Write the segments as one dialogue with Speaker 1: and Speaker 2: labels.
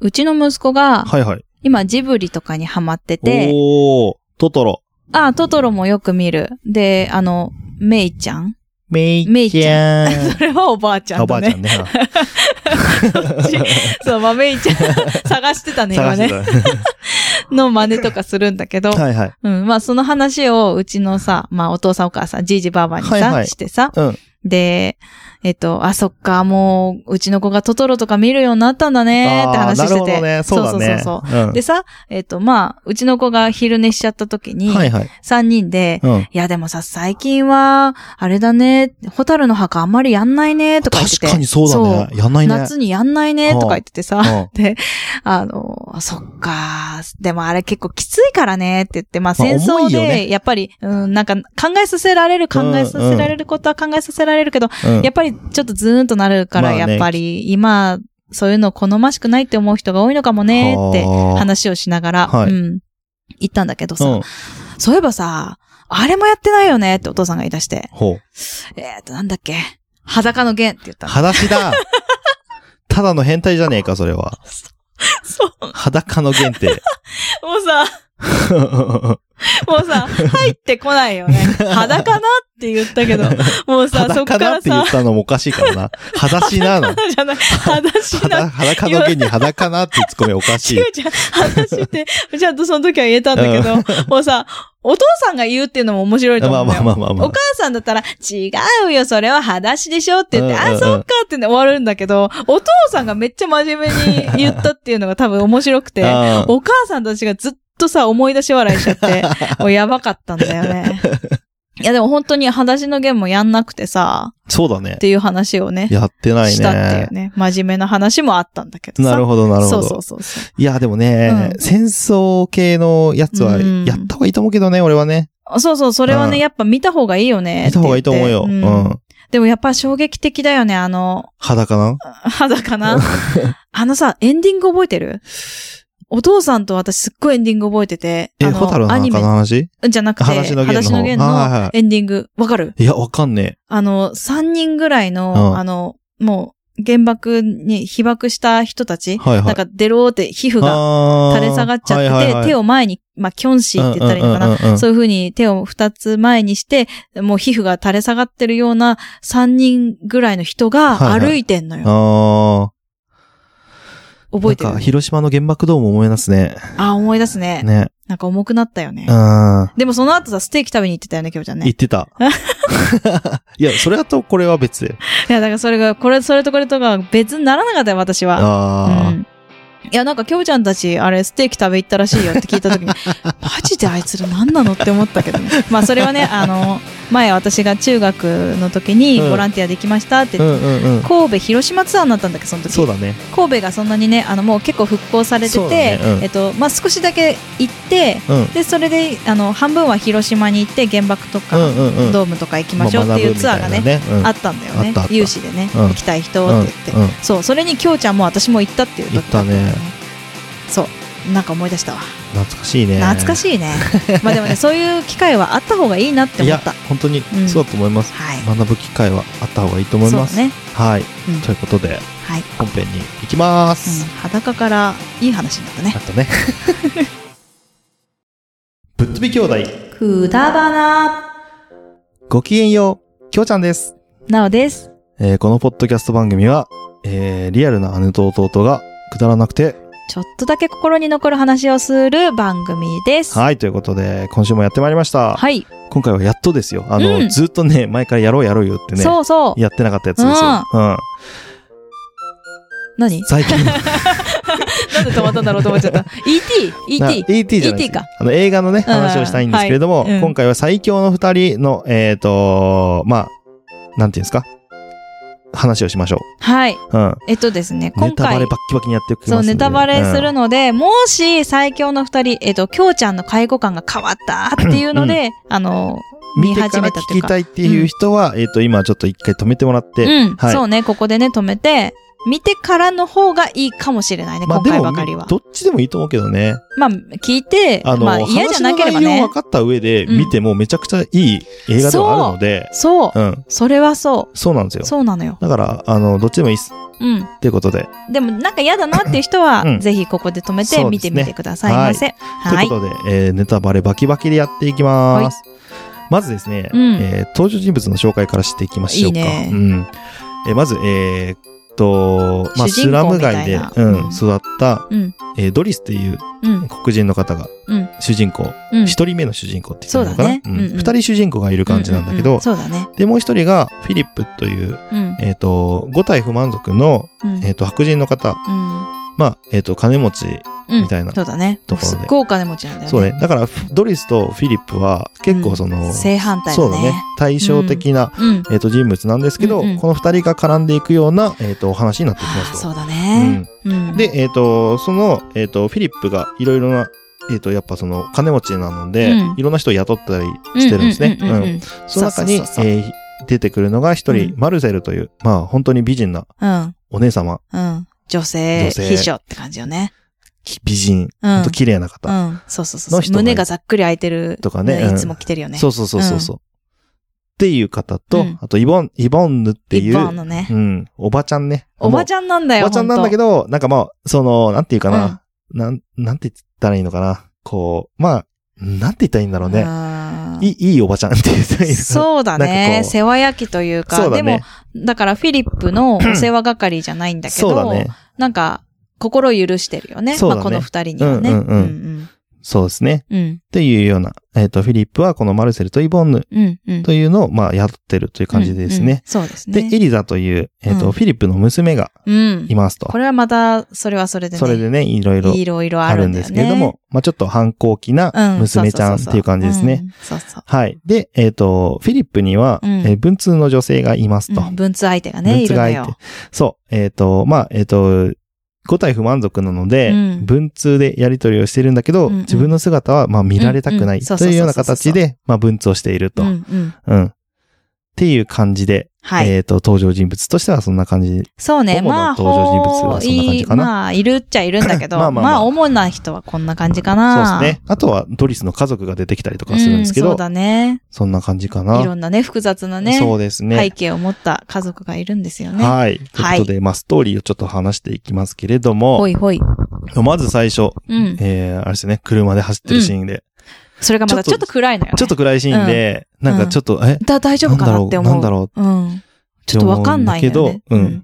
Speaker 1: うちの息子が、
Speaker 2: はいはい。
Speaker 1: 今ジブリとかにハマってて、
Speaker 2: おー、トトロ。
Speaker 1: あ、トトロもよく見る。で、あの、メイちゃん
Speaker 2: め
Speaker 1: メ
Speaker 2: い
Speaker 1: イち
Speaker 2: ちゃん。
Speaker 1: それはおばあちゃ
Speaker 2: お
Speaker 1: ん
Speaker 2: ば
Speaker 1: だ
Speaker 2: あちゃん
Speaker 1: ね。
Speaker 2: ね。
Speaker 1: そう、まあ、メイちゃん 探して たね、今
Speaker 2: 探して
Speaker 1: ね。
Speaker 2: た。
Speaker 1: の真似とかするんだけど。
Speaker 2: はいはい。
Speaker 1: うん。まあ、その話を、うちのさ、まあ、お父さんお母さん、じいじばあばにさ、
Speaker 2: はいはい
Speaker 1: してさ。
Speaker 2: うん。
Speaker 1: で、えっと、あ、そっか、もう、うちの子がトトロとか見るようになったんだね、って話してて。
Speaker 2: あーなるほどね。そうだね。
Speaker 1: そうそうそう
Speaker 2: う
Speaker 1: でさ、えっと、まあ、うちの子が昼寝しちゃった時に
Speaker 2: ん。、はいはい。
Speaker 1: 3人で、
Speaker 2: うん。
Speaker 1: いやでもさ、最近は、あれだね、ホタルの墓あんまりやんないね、とか言ってて。
Speaker 2: 確かにそうだね。やんないね。
Speaker 1: 夏にやんないね、とか言っててさ。
Speaker 2: うん
Speaker 1: で、あの、そっか、でもあれ結構きついからねって言って、まあ戦
Speaker 2: まあ重
Speaker 1: 争
Speaker 2: いよ
Speaker 1: で、
Speaker 2: ね
Speaker 1: やっぱり、うん、なんか考えさせられる、考えさせられることは考えさせられるけど、
Speaker 2: う ん
Speaker 1: やっぱりちょっとズーンとなるから、
Speaker 2: まあ
Speaker 1: や
Speaker 2: ね
Speaker 1: っぱり今、そういうの好ましくないって思う人が多いのかもねって
Speaker 2: はあ
Speaker 1: 話をしながら、
Speaker 2: はい
Speaker 1: うん、言ったんだけどさ、
Speaker 2: うん。
Speaker 1: そういえばさ、あれもやってないよねってお父さんが言い出して、
Speaker 2: ほう。
Speaker 1: えっ、と、なんだっけ、裸の弦って言ったの。
Speaker 2: 裸足だただの変態じゃねえか、それは。
Speaker 1: そう。
Speaker 2: 裸の限定。
Speaker 1: もう さ、もうさ、入ってこない よね。裸なって言ったけど、もうさ、そっか
Speaker 2: 裸だ
Speaker 1: ら
Speaker 2: って言
Speaker 1: さ
Speaker 2: っ、たのもおかしいからな。裸足なの。
Speaker 1: じゃない、裸足
Speaker 2: 裸
Speaker 1: な、
Speaker 2: 裸の弦に裸なってツッコミお かし
Speaker 1: 違
Speaker 2: い。
Speaker 1: うじゃん、裸足って、ちゃんとその時は言えたんだけど、もうさ、お父さんが言うっていうのも面白いと
Speaker 2: ま
Speaker 1: 思
Speaker 2: あ
Speaker 1: うんだ
Speaker 2: まあ
Speaker 1: よ。
Speaker 2: まあまあま
Speaker 1: お
Speaker 2: あ
Speaker 1: 母。さんだったら、違うよ、それは裸足でしょって言って、
Speaker 2: うんうんうん
Speaker 1: あ、そっかってね終わるんだけど、お父さんがめっちゃ真面目に言ったっていうのが多分面白く て、
Speaker 2: あー
Speaker 1: お母さんたちがずっとさ、思い出し笑いしちゃ って、もうやばかったんだよね。いやでも本当に裸足のゲームもやんなくてさ、
Speaker 2: そうだね
Speaker 1: っ。ていう話をね、
Speaker 2: やってない
Speaker 1: したってい
Speaker 2: ね
Speaker 1: う。ね、真面目な話もあったんだけどさ。
Speaker 2: なる
Speaker 1: ほ
Speaker 2: ほど、なるほ
Speaker 1: そ
Speaker 2: ど
Speaker 1: う。そうそうそう
Speaker 2: いや、でもね
Speaker 1: う、ん
Speaker 2: 戦争系のやつは
Speaker 1: うん
Speaker 2: やった方がいいと思うけどね、俺はね。
Speaker 1: あ。そうそう、それはね、
Speaker 2: うん
Speaker 1: やっぱ見た方がいいよね。
Speaker 2: やった方がいいと思うよ。
Speaker 1: っ
Speaker 2: う
Speaker 1: て言って
Speaker 2: ん。
Speaker 1: でもやっぱ衝撃的だよね、あの、
Speaker 2: 裸な
Speaker 1: 肌か なあのさ、エンディング覚えてるお父さんと私すっごいエンディング覚えてて。
Speaker 2: え、
Speaker 1: あの
Speaker 2: ホタルの
Speaker 1: アニ
Speaker 2: 中
Speaker 1: メ
Speaker 2: の話
Speaker 1: じゃなくて、
Speaker 2: 裸足の弦の方
Speaker 1: 裸足弦
Speaker 2: あはいはい
Speaker 1: エンディング。わかる
Speaker 2: いや、わかんね
Speaker 1: あの、3人ぐらいの、
Speaker 2: うん
Speaker 1: あの、もう、原爆に被爆した人たち、
Speaker 2: え。はいはい。
Speaker 1: なんか出ろーって皮膚が
Speaker 2: あー
Speaker 1: 垂れ下がっちゃってて、手
Speaker 2: を
Speaker 1: を前に、まあ、キョンシーって言ったらいいのかな。
Speaker 2: な
Speaker 1: そういう風に手を二つ前にして、もう皮膚が垂れ下がってるような三人ぐらいの人が
Speaker 2: はいはい
Speaker 1: 歩いてんのよ。
Speaker 2: あー
Speaker 1: 覚えて
Speaker 2: なんか、
Speaker 1: る
Speaker 2: 広島の原爆ドーム思い出すね。
Speaker 1: あ、思い出すね。
Speaker 2: ね。
Speaker 1: なんか重くなったよね
Speaker 2: う。ん。
Speaker 1: でもその後さ、ステーキ食べに行ってたよね、今日ちゃんね。
Speaker 2: 言っ てた。いや、それだとこれは別で。
Speaker 1: いや、だからそれが、これ、それとこれとが別にならなかったよ、私は。う
Speaker 2: あ
Speaker 1: ん。いや、なんか、きょうちゃんたち、あれ、ステーキ食べ行ったらしいよって聞い たときに、マジであいつら何なのって思ったけどね。まあ、それ はね、あの、前私が中学の時に
Speaker 2: うん
Speaker 1: ボランティアできましたって
Speaker 2: ー。う
Speaker 1: 言って、
Speaker 2: んうんうん。
Speaker 1: 神戸、広島ツアーになったんだっけど、その時。
Speaker 2: そうだね。
Speaker 1: 神戸がそんなにね、あの、もう結構復興されて
Speaker 2: そ
Speaker 1: て、
Speaker 2: うだねうん
Speaker 1: えっと、まあ、少しだけ行って、
Speaker 2: うん。
Speaker 1: で、それで、あの、半分は広島に行って、原爆とか、
Speaker 2: うんうんうん。
Speaker 1: ドームとか行きましょうっていうツアーがね、
Speaker 2: ね。うん
Speaker 1: あったんだよね
Speaker 2: あったあっ。た
Speaker 1: 有志でね、
Speaker 2: うん
Speaker 1: 行きたい人って言って。
Speaker 2: うんうん
Speaker 1: そう、それにきょうちゃんも私も行ったっていう時だんだよ
Speaker 2: 行ったね。
Speaker 1: そう、なんか思い出したわ。
Speaker 2: 懐かしいね。
Speaker 1: 懐か
Speaker 2: い
Speaker 1: し いね。まあでもね、そういう機会はあった方がいいなって思
Speaker 2: や
Speaker 1: った。、
Speaker 2: 本当に
Speaker 1: ん
Speaker 2: そうだと思います。
Speaker 1: はい。
Speaker 2: 学ぶ機会はあった方がいいと思います。
Speaker 1: そうね。
Speaker 2: はい。
Speaker 1: うん
Speaker 2: ということで、
Speaker 1: はい。
Speaker 2: 本編に行きま
Speaker 1: うん
Speaker 2: す。
Speaker 1: 裸からいい話になったね
Speaker 2: あ。とね。 ぶっつび兄弟、
Speaker 1: くだばな。
Speaker 2: ごきげんよう、きょうちゃんです。
Speaker 1: なおです。
Speaker 2: えーこのポッドキャスト番組は、えーリアルな姉と弟がくだらなくて、
Speaker 1: ちょっとだけ心に残る話をする番組です。
Speaker 2: はい、ということで、今週もやってまいりました。
Speaker 1: はい。
Speaker 2: 今回はやっとですよ。あの、
Speaker 1: うん
Speaker 2: ずっとね、前からやろうやろうよってね、
Speaker 1: そうそう。
Speaker 2: やってなかったやつですよ。うん。
Speaker 1: 何
Speaker 2: 最近の。
Speaker 1: なんで止まったんだろうと思っちゃった。
Speaker 2: な
Speaker 1: ET?ET?
Speaker 2: ET じゃないです
Speaker 1: ET か
Speaker 2: あの映画のね、話をしたいんですけれども、
Speaker 1: はいうん
Speaker 2: 今回は最強の二人の、えっ、と、まあ、なんていうんですか話をしましょ
Speaker 1: はい。
Speaker 2: う。うん。
Speaker 1: えっとですね、今
Speaker 2: ネタバ
Speaker 1: 回
Speaker 2: レ。バッキバキにやっていきますんで
Speaker 1: そう、ネタバレする
Speaker 2: うん
Speaker 1: ので、もし最強の二人、えっと、きょうちゃんの介護感が変わったっていうので、あの、見
Speaker 2: 見て
Speaker 1: 始
Speaker 2: から
Speaker 1: めたとい
Speaker 2: 聞き
Speaker 1: うか。
Speaker 2: たいっていう人は、えっ、と、今ちょっと一回止めてもらって、
Speaker 1: うん、
Speaker 2: はい
Speaker 1: そうね、ここでね、止めて、見てからの方がいいかもしれないね、
Speaker 2: まあ
Speaker 1: 今
Speaker 2: で
Speaker 1: 回
Speaker 2: も
Speaker 1: ばかり、は。
Speaker 2: どっちでもいいと思うけどね。
Speaker 1: まあ、聞いて、
Speaker 2: あの、
Speaker 1: まあ嫌じゃなければ
Speaker 2: 話の内容
Speaker 1: ね
Speaker 2: 分。かった上で
Speaker 1: うん
Speaker 2: 見てもめちゃくちゃいい映画ではあるので、
Speaker 1: そう、
Speaker 2: うん、
Speaker 1: それはそ
Speaker 2: そうなんです
Speaker 1: う。
Speaker 2: よ。
Speaker 1: そうなのよ。
Speaker 2: だから、あの、どっちでもいいっす。
Speaker 1: うん。
Speaker 2: っていうことで。
Speaker 1: でもなんか嫌だなっていう人は、
Speaker 2: うん
Speaker 1: ぜひここで止めて
Speaker 2: そう
Speaker 1: 見
Speaker 2: です
Speaker 1: て
Speaker 2: ね
Speaker 1: みてくださいませ。は
Speaker 2: とい
Speaker 1: い。
Speaker 2: うことで、えーネタバレバキバキでやっていきます。まずですね、
Speaker 1: うん
Speaker 2: えー登場人物の紹介からしていきましょうか。
Speaker 1: いいね
Speaker 2: うんえーまず、えーっと、ま
Speaker 1: 主
Speaker 2: あ、ス
Speaker 1: 人
Speaker 2: ラ
Speaker 1: 公
Speaker 2: ム
Speaker 1: みた
Speaker 2: 街
Speaker 1: い
Speaker 2: で、
Speaker 1: な
Speaker 2: う
Speaker 1: うん
Speaker 2: ん、育った、
Speaker 1: うん。
Speaker 2: えードリスっていう
Speaker 1: うん。
Speaker 2: 黒人の方が
Speaker 1: うん、
Speaker 2: 主人公、
Speaker 1: うん。
Speaker 2: 一、人目の主人公って言ってるのか
Speaker 1: そうだ
Speaker 2: な
Speaker 1: ねうんうん
Speaker 2: 二人主人公がいる感じなんだけど、
Speaker 1: うううそうだね。
Speaker 2: で、もう一人がフィリップという、
Speaker 1: うん。
Speaker 2: えーっと、五体不満足の、
Speaker 1: うん。
Speaker 2: えーっと、白人の方、
Speaker 1: うん
Speaker 2: まあ、えーっと、金持ち、
Speaker 1: うん。
Speaker 2: みたいな
Speaker 1: そうだね。
Speaker 2: ところ
Speaker 1: す
Speaker 2: で
Speaker 1: っごいお金持ちなんだよね。
Speaker 2: そうね。だから、フドリスとフィリップは結構その、
Speaker 1: うん正反対だ
Speaker 2: そう
Speaker 1: ね。
Speaker 2: だね。対照的な、
Speaker 1: うん。
Speaker 2: えっ、と、人物なんですけど、
Speaker 1: うんうん
Speaker 2: この二人が絡んでいくような、えっ、と、お話になっていきま
Speaker 1: はあ
Speaker 2: す
Speaker 1: そう
Speaker 2: と。
Speaker 1: だね。うん。
Speaker 2: で、、えっ、と、その、えっ、と、フィリップがいろいろな、えっ、と、やっぱその、金持ちなので、
Speaker 1: うん
Speaker 2: いろんな人を雇ったりしてるんですね。
Speaker 1: うううんう
Speaker 2: うん
Speaker 1: ん。
Speaker 2: その中に、え
Speaker 1: そうそうそう
Speaker 2: ー出てくるのが一人、
Speaker 1: うん
Speaker 2: マルセルという、まあ、本当に美人な
Speaker 1: うん。
Speaker 2: お姉様、
Speaker 1: うん。女性
Speaker 2: 女性
Speaker 1: 秘書って感じよね。
Speaker 2: き美人、
Speaker 1: うん
Speaker 2: 本当綺麗な
Speaker 1: う
Speaker 2: 方、
Speaker 1: ん。そうそうそ
Speaker 2: の
Speaker 1: う
Speaker 2: 人
Speaker 1: そう。
Speaker 2: が
Speaker 1: 胸がざっくり開いてる。
Speaker 2: とかね
Speaker 1: うん
Speaker 2: うん
Speaker 1: いつも着てるよね。
Speaker 2: そうそうそうそうそう。っていう方と、
Speaker 1: うん
Speaker 2: あと、イボン、イボンヌってい
Speaker 1: 一般
Speaker 2: う、
Speaker 1: のね
Speaker 2: う。ん、おばちゃんね。
Speaker 1: おばちゃんなんだよ。
Speaker 2: おばちゃんなんだけ
Speaker 1: ど。
Speaker 2: ど、なんかまあ、その、なんていうかな、なん、なんて言ったらいいのかな。こう、まあ、なんて言ったらいいんだろうね。
Speaker 1: ね
Speaker 2: いい、いいおばちゃんって言ったらいいのかな。
Speaker 1: そうだ
Speaker 2: なん
Speaker 1: ね。
Speaker 2: かこう
Speaker 1: 世話焼きというか、
Speaker 2: そうだ
Speaker 1: で
Speaker 2: ね
Speaker 1: も、だからフィリップのお世話係じゃないんだけ
Speaker 2: そう
Speaker 1: ど、
Speaker 2: だね。
Speaker 1: なんか、心許してるよね。
Speaker 2: そうだ
Speaker 1: ま
Speaker 2: ね
Speaker 1: あ、この二人にはね。
Speaker 2: うんうん
Speaker 1: うん
Speaker 2: そうですね。
Speaker 1: うん。うん
Speaker 2: っていうような、えっ、と、フィリップはこのマルセルとイボンヌ
Speaker 1: うんうん。
Speaker 2: というのを、まあ、雇ってるという感じです
Speaker 1: うんうん
Speaker 2: ね。。
Speaker 1: そうです
Speaker 2: で、エ
Speaker 1: ね。
Speaker 2: リザという、えっ、と、
Speaker 1: うん
Speaker 2: フィリップの娘が
Speaker 1: うん
Speaker 2: い。ますと。
Speaker 1: これはまた、それはそれでね。
Speaker 2: それでね、いろいろ
Speaker 1: いろいろ
Speaker 2: あ
Speaker 1: あ
Speaker 2: る
Speaker 1: る
Speaker 2: ん
Speaker 1: んだ
Speaker 2: で
Speaker 1: よ
Speaker 2: す
Speaker 1: ね。
Speaker 2: けれども、まあ、ちょっと反抗期な
Speaker 1: うん、
Speaker 2: 娘ちゃんっていう感じですね。
Speaker 1: そうそうそう。
Speaker 2: はい。で、えっ、と、フィリップには、
Speaker 1: うん
Speaker 2: えー文通の女性がいます
Speaker 1: うん
Speaker 2: と。
Speaker 1: うん文通相手がね、
Speaker 2: 文
Speaker 1: い
Speaker 2: 通
Speaker 1: る
Speaker 2: が
Speaker 1: の
Speaker 2: 相手
Speaker 1: よ。
Speaker 2: そう。えっ、と、まあ、えっ、と、五体不満足なので、
Speaker 1: うん
Speaker 2: 文通でやり取りをしてるんだけど、
Speaker 1: うんうん
Speaker 2: 自分の姿は、まあ、見られたくな
Speaker 1: う
Speaker 2: い
Speaker 1: んうんそう
Speaker 2: と
Speaker 1: そうそうそう
Speaker 2: いうような形で、まあ、文通をしていると。
Speaker 1: う
Speaker 2: うん。
Speaker 1: うんん。
Speaker 2: っていう感じで、
Speaker 1: はい。
Speaker 2: えっ、と、登場人物としてはそんな感じ。
Speaker 1: そうね。
Speaker 2: 主な
Speaker 1: まあ、
Speaker 2: 登場人物はそんな感じかな
Speaker 1: ほいまあ、いるっちゃいるんだけど、
Speaker 2: ま
Speaker 1: ま
Speaker 2: あ
Speaker 1: あ
Speaker 2: まあまあ
Speaker 1: 主な人はこんな感じか
Speaker 2: そう
Speaker 1: な。
Speaker 2: ですね。あとは、ドリスの家族が出てきたりと
Speaker 1: う
Speaker 2: かするんですけど、
Speaker 1: そうだね。
Speaker 2: そんな感じか
Speaker 1: いろ
Speaker 2: な。
Speaker 1: んなね、複雑なね、
Speaker 2: そうですね。
Speaker 1: 背景を持った家族がいるんですよね。
Speaker 2: はい。ということで、まあ、ストーリーをちょっと話していきますけれども、
Speaker 1: ほいほい。
Speaker 2: まず最初、
Speaker 1: うん。
Speaker 2: えー、あれですよね、車で走ってるシーンで、
Speaker 1: それがまた
Speaker 2: ち
Speaker 1: ちょ
Speaker 2: ょっ
Speaker 1: っ
Speaker 2: と
Speaker 1: と暗いのよ、ね。
Speaker 2: ちょっと暗いシーンで、
Speaker 1: ん
Speaker 2: なんかちょっと、え、
Speaker 1: だ、大丈
Speaker 2: な
Speaker 1: 夫
Speaker 2: ん
Speaker 1: か
Speaker 2: だ
Speaker 1: な
Speaker 2: ろ
Speaker 1: って
Speaker 2: う、
Speaker 1: 思う。
Speaker 2: なんだろ
Speaker 1: うん。
Speaker 2: う、
Speaker 1: ちょっとわかんないんだよね
Speaker 2: って思うんだけど、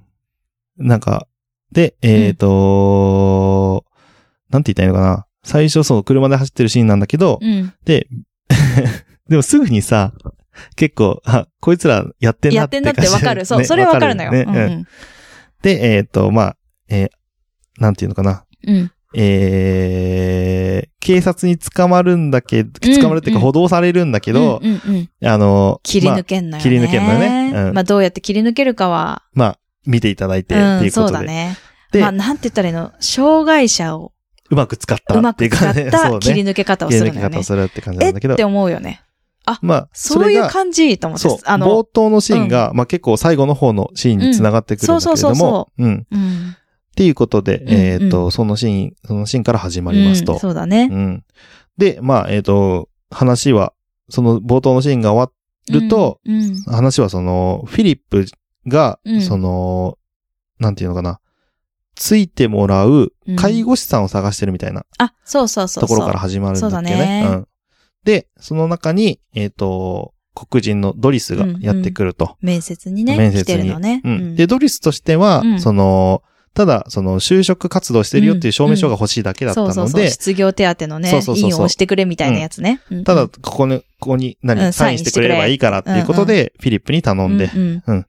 Speaker 2: うん。なんか、で、えっ、と、なんて言ったらいいのかな。最初、そう、車で走ってるシーンなんだけど、
Speaker 1: うん。
Speaker 2: で、でもすぐにさ、結構、あ、こいつらやってん
Speaker 1: や
Speaker 2: なっ
Speaker 1: っててん
Speaker 2: 感
Speaker 1: な
Speaker 2: じ
Speaker 1: ってわかる。そう、
Speaker 2: ね
Speaker 1: それはわかるのよ。
Speaker 2: ねうんで、えっ、と、まあ、えーなんていうのかな。
Speaker 1: うん。うん。
Speaker 2: えー、警察に捕まるんだけど、
Speaker 1: うん
Speaker 2: 捕まるっていうか、
Speaker 1: うん
Speaker 2: 補導されるんだけど、
Speaker 1: うんうんうん
Speaker 2: あの、
Speaker 1: 切り
Speaker 2: ま
Speaker 1: 抜
Speaker 2: あ、
Speaker 1: けんのよね。
Speaker 2: 切り抜けんのよねうん
Speaker 1: まあ、どうやって切り抜けるかは、
Speaker 2: まあ、見ていただいて、って
Speaker 1: う
Speaker 2: い
Speaker 1: ん、
Speaker 2: うこ
Speaker 1: そう
Speaker 2: と
Speaker 1: だ
Speaker 2: で、
Speaker 1: ね。
Speaker 2: で
Speaker 1: まあ、なんて言ったらいいの障害者を
Speaker 2: うまく使った
Speaker 1: うま
Speaker 2: ってい
Speaker 1: く
Speaker 2: う
Speaker 1: 使
Speaker 2: 感
Speaker 1: っ
Speaker 2: じで、
Speaker 1: た切り抜け方をす
Speaker 2: 切り
Speaker 1: る
Speaker 2: 抜
Speaker 1: の
Speaker 2: け
Speaker 1: よ
Speaker 2: 方
Speaker 1: ね
Speaker 2: を。するって感じ
Speaker 1: え
Speaker 2: なんだけ
Speaker 1: っ
Speaker 2: ど
Speaker 1: て、思うよね。
Speaker 2: まあ、
Speaker 1: そういう
Speaker 2: れが
Speaker 1: 感じと思って
Speaker 2: そう、
Speaker 1: あ
Speaker 2: 冒
Speaker 1: の、
Speaker 2: 頭のシーンが、まあ結構最後の方のシーンに繋がってくるんだけれど
Speaker 1: うんそうそうそう
Speaker 2: も
Speaker 1: そ、
Speaker 2: うん。
Speaker 1: うん。
Speaker 2: っていうことで、
Speaker 1: ん
Speaker 2: えっ
Speaker 1: う
Speaker 2: と、そのシーン、そのシーンから始まります
Speaker 1: うん
Speaker 2: と。
Speaker 1: そうだね
Speaker 2: う。ん。で、まあ、えっと、話は、その冒頭のシーンが終わると、
Speaker 1: うん、うん
Speaker 2: 話はその、フィリップが
Speaker 1: う、ん
Speaker 2: その、なんていうのかな、ついてもらう
Speaker 1: うん
Speaker 2: 介護士さんを探してるみたいな
Speaker 1: あ、そうそうそうそ
Speaker 2: と
Speaker 1: う。
Speaker 2: ころから始まるんだ
Speaker 1: そう
Speaker 2: っけ
Speaker 1: だ
Speaker 2: ね
Speaker 1: ね。
Speaker 2: うんで、その中に、えっ、と、黒人のドリスがやってくると。
Speaker 1: 面接にね、
Speaker 2: 面接に
Speaker 1: 来てるのね。
Speaker 2: うん
Speaker 1: うん
Speaker 2: で、ドリスとしては、
Speaker 1: うん
Speaker 2: その、ただ、その、就職活動してるよっていう証明書が欲しいだけだった
Speaker 1: そうそう
Speaker 2: の
Speaker 1: そう。
Speaker 2: で、
Speaker 1: 失業手当のね、
Speaker 2: そうそうそうそう
Speaker 1: 印を押してくれみたいなやつね。うん
Speaker 2: ただ、、ここに、ここに何、
Speaker 1: うん
Speaker 2: サインしてくれればいいからっていうことで、フィリップに頼んで、
Speaker 1: うう
Speaker 2: うんやってい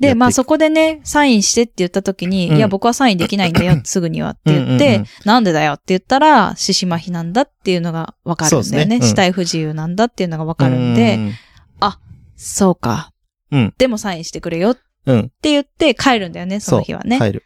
Speaker 1: で、
Speaker 2: く
Speaker 1: まあそこでね、サインしてって言った時に、
Speaker 2: うん
Speaker 1: いや、僕はサインできないんだ よ、すぐにはって言っ
Speaker 2: うん
Speaker 1: て、
Speaker 2: うんうん
Speaker 1: なんでだよって言ったら、獅子麻痺なんだっていうのがわかるんだよ
Speaker 2: そうですね
Speaker 1: ね。
Speaker 2: うん
Speaker 1: 死体不自由なんだっていうのがわかるん
Speaker 2: う
Speaker 1: で、
Speaker 2: ん
Speaker 1: そうか。
Speaker 2: うん
Speaker 1: でもサインしてくれよって
Speaker 2: うん。
Speaker 1: 言って帰るんだよね、その日はね。
Speaker 2: 入る。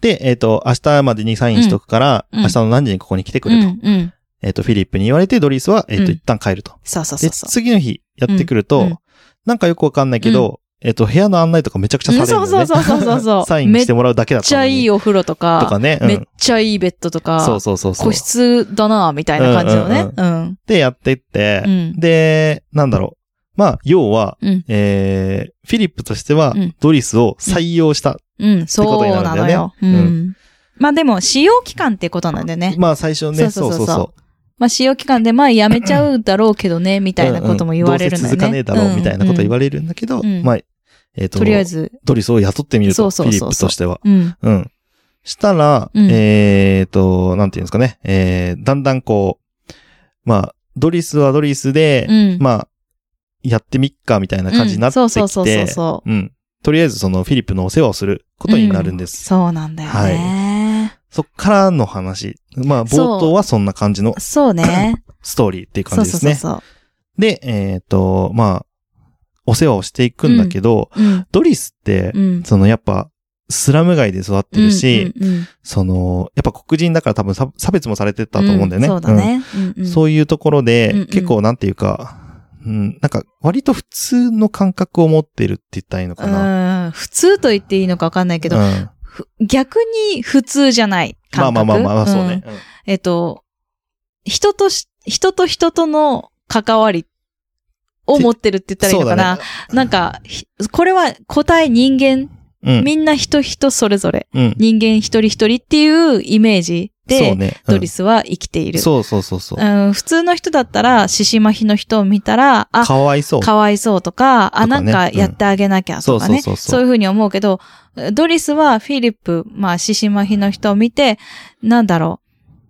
Speaker 2: で、えっ、と、明日までにサインしとくから、
Speaker 1: うんうん
Speaker 2: 明日の何時にここに来てく
Speaker 1: う
Speaker 2: れと。
Speaker 1: ん、うん。
Speaker 2: えっ、と、フィリップに言われて、ドリスは、えっ、と、
Speaker 1: うん
Speaker 2: 一旦帰ると。
Speaker 1: そうそうそ
Speaker 2: で、
Speaker 1: うそう。
Speaker 2: 次の日やってくると、
Speaker 1: うんうん
Speaker 2: なんかよくわかんないけど、えっと、部屋の案内とかめちゃくちゃされるん
Speaker 1: そ
Speaker 2: だよ
Speaker 1: う
Speaker 2: ね。。
Speaker 1: そうそうそうそうそう
Speaker 2: サインしてもらうだけだ
Speaker 1: め
Speaker 2: っ
Speaker 1: っち
Speaker 2: たの
Speaker 1: ゃ
Speaker 2: に
Speaker 1: いいお風呂とか、
Speaker 2: とかね。う
Speaker 1: めっ
Speaker 2: ん。
Speaker 1: ちゃいいベッドとか、
Speaker 2: そうそうそうそう。
Speaker 1: 個室だな、みたいな感じのね。うん
Speaker 2: でやってって、
Speaker 1: うん
Speaker 2: で、なんだろう。まあ、要は、
Speaker 1: うん。
Speaker 2: えー、フィリップとしては
Speaker 1: うん、
Speaker 2: ドリスを採用した。
Speaker 1: うん、
Speaker 2: こ
Speaker 1: そ
Speaker 2: とに
Speaker 1: う
Speaker 2: なる
Speaker 1: なん
Speaker 2: だよ
Speaker 1: の
Speaker 2: ね
Speaker 1: よ。う。
Speaker 2: うん
Speaker 1: まあでも、使用期間ってことなんだよね。
Speaker 2: まあ、最初
Speaker 1: そ
Speaker 2: ね、そうう
Speaker 1: そ
Speaker 2: そう
Speaker 1: そう
Speaker 2: うそう。
Speaker 1: まあ使用期間で、まあやめちゃうだろうけどね、みたいなことも言われるんだよね。
Speaker 2: うんうんどうせ続かねえだろう、みたいなこと言われるんだけど、
Speaker 1: うんうん
Speaker 2: まあ、えっ、と
Speaker 1: とりあえず、
Speaker 2: ドリスを雇ってみる
Speaker 1: そ
Speaker 2: と、
Speaker 1: う
Speaker 2: フ
Speaker 1: そ
Speaker 2: ィ
Speaker 1: うそう
Speaker 2: リ
Speaker 1: そう
Speaker 2: ップとしては。
Speaker 1: うん。
Speaker 2: うん。したら、
Speaker 1: うん
Speaker 2: えっ、と、なんていうんですかね、えー、だんだんこう、まあ、ドリスはドリスで、
Speaker 1: うん。
Speaker 2: まあ、やってみっか、みたいな
Speaker 1: あ
Speaker 2: 感じになって
Speaker 1: そう
Speaker 2: き
Speaker 1: そうそうそう
Speaker 2: て、
Speaker 1: そう。
Speaker 2: うん。とりあえずそのフィリップのお世話をすることになるんです。
Speaker 1: そうなんだよね。
Speaker 2: そっからの話。まあ、
Speaker 1: そう
Speaker 2: 冒頭はそんな感じの
Speaker 1: そうね。
Speaker 2: ストーリーっていう
Speaker 1: そ
Speaker 2: 感
Speaker 1: う
Speaker 2: じで
Speaker 1: そう
Speaker 2: す
Speaker 1: そう
Speaker 2: ね。
Speaker 1: そ
Speaker 2: で、えっ、と、まあ、お世話をしていくんだけど、
Speaker 1: う。うん。
Speaker 2: ドリスって
Speaker 1: う、ん。
Speaker 2: そのやっぱ、スラム街で育ってるし、
Speaker 1: うんうんうん
Speaker 2: その、やっぱ黒人だから多分差差別もされてたと思うんだよね。
Speaker 1: そうだね。うん
Speaker 2: う。
Speaker 1: うんん
Speaker 2: そういうところで、
Speaker 1: うんうん
Speaker 2: 結構なんていうか、うん、なんか割と普通の感覚を持ってるって言ったらいいのかな。
Speaker 1: うん普通と言っていいのか分かんないけど、
Speaker 2: うん
Speaker 1: ふ逆に普通じゃない
Speaker 2: まあ
Speaker 1: 感
Speaker 2: まあ
Speaker 1: 覚。
Speaker 2: まあまあ、そうね
Speaker 1: ん。えっと、人とし、人と人との関わりを持ってるって言ったらいい
Speaker 2: そ
Speaker 1: の
Speaker 2: う
Speaker 1: かな。
Speaker 2: だね。
Speaker 1: なんか、ひこれは答え人間、
Speaker 2: うん。
Speaker 1: みんな人人それぞれ、
Speaker 2: うん。
Speaker 1: 人間一人一人っていうイメージ
Speaker 2: そ
Speaker 1: で、
Speaker 2: うね。
Speaker 1: ドリ
Speaker 2: ス
Speaker 1: スは生きている。
Speaker 2: そうそうそうそう。
Speaker 1: うん、普通の人だったら、獅子麻痺の人を見たら、あ、
Speaker 2: かわいそう。
Speaker 1: かわいそうとか、あ、
Speaker 2: と
Speaker 1: な
Speaker 2: か
Speaker 1: ん
Speaker 2: ね
Speaker 1: かやってあげなきゃとかね。
Speaker 2: うんそうそうそうそ
Speaker 1: そ
Speaker 2: う
Speaker 1: ういうふうに思うけど、ドリスはフィリップ、まあ、獅子麻痺の人を見て、なんだろ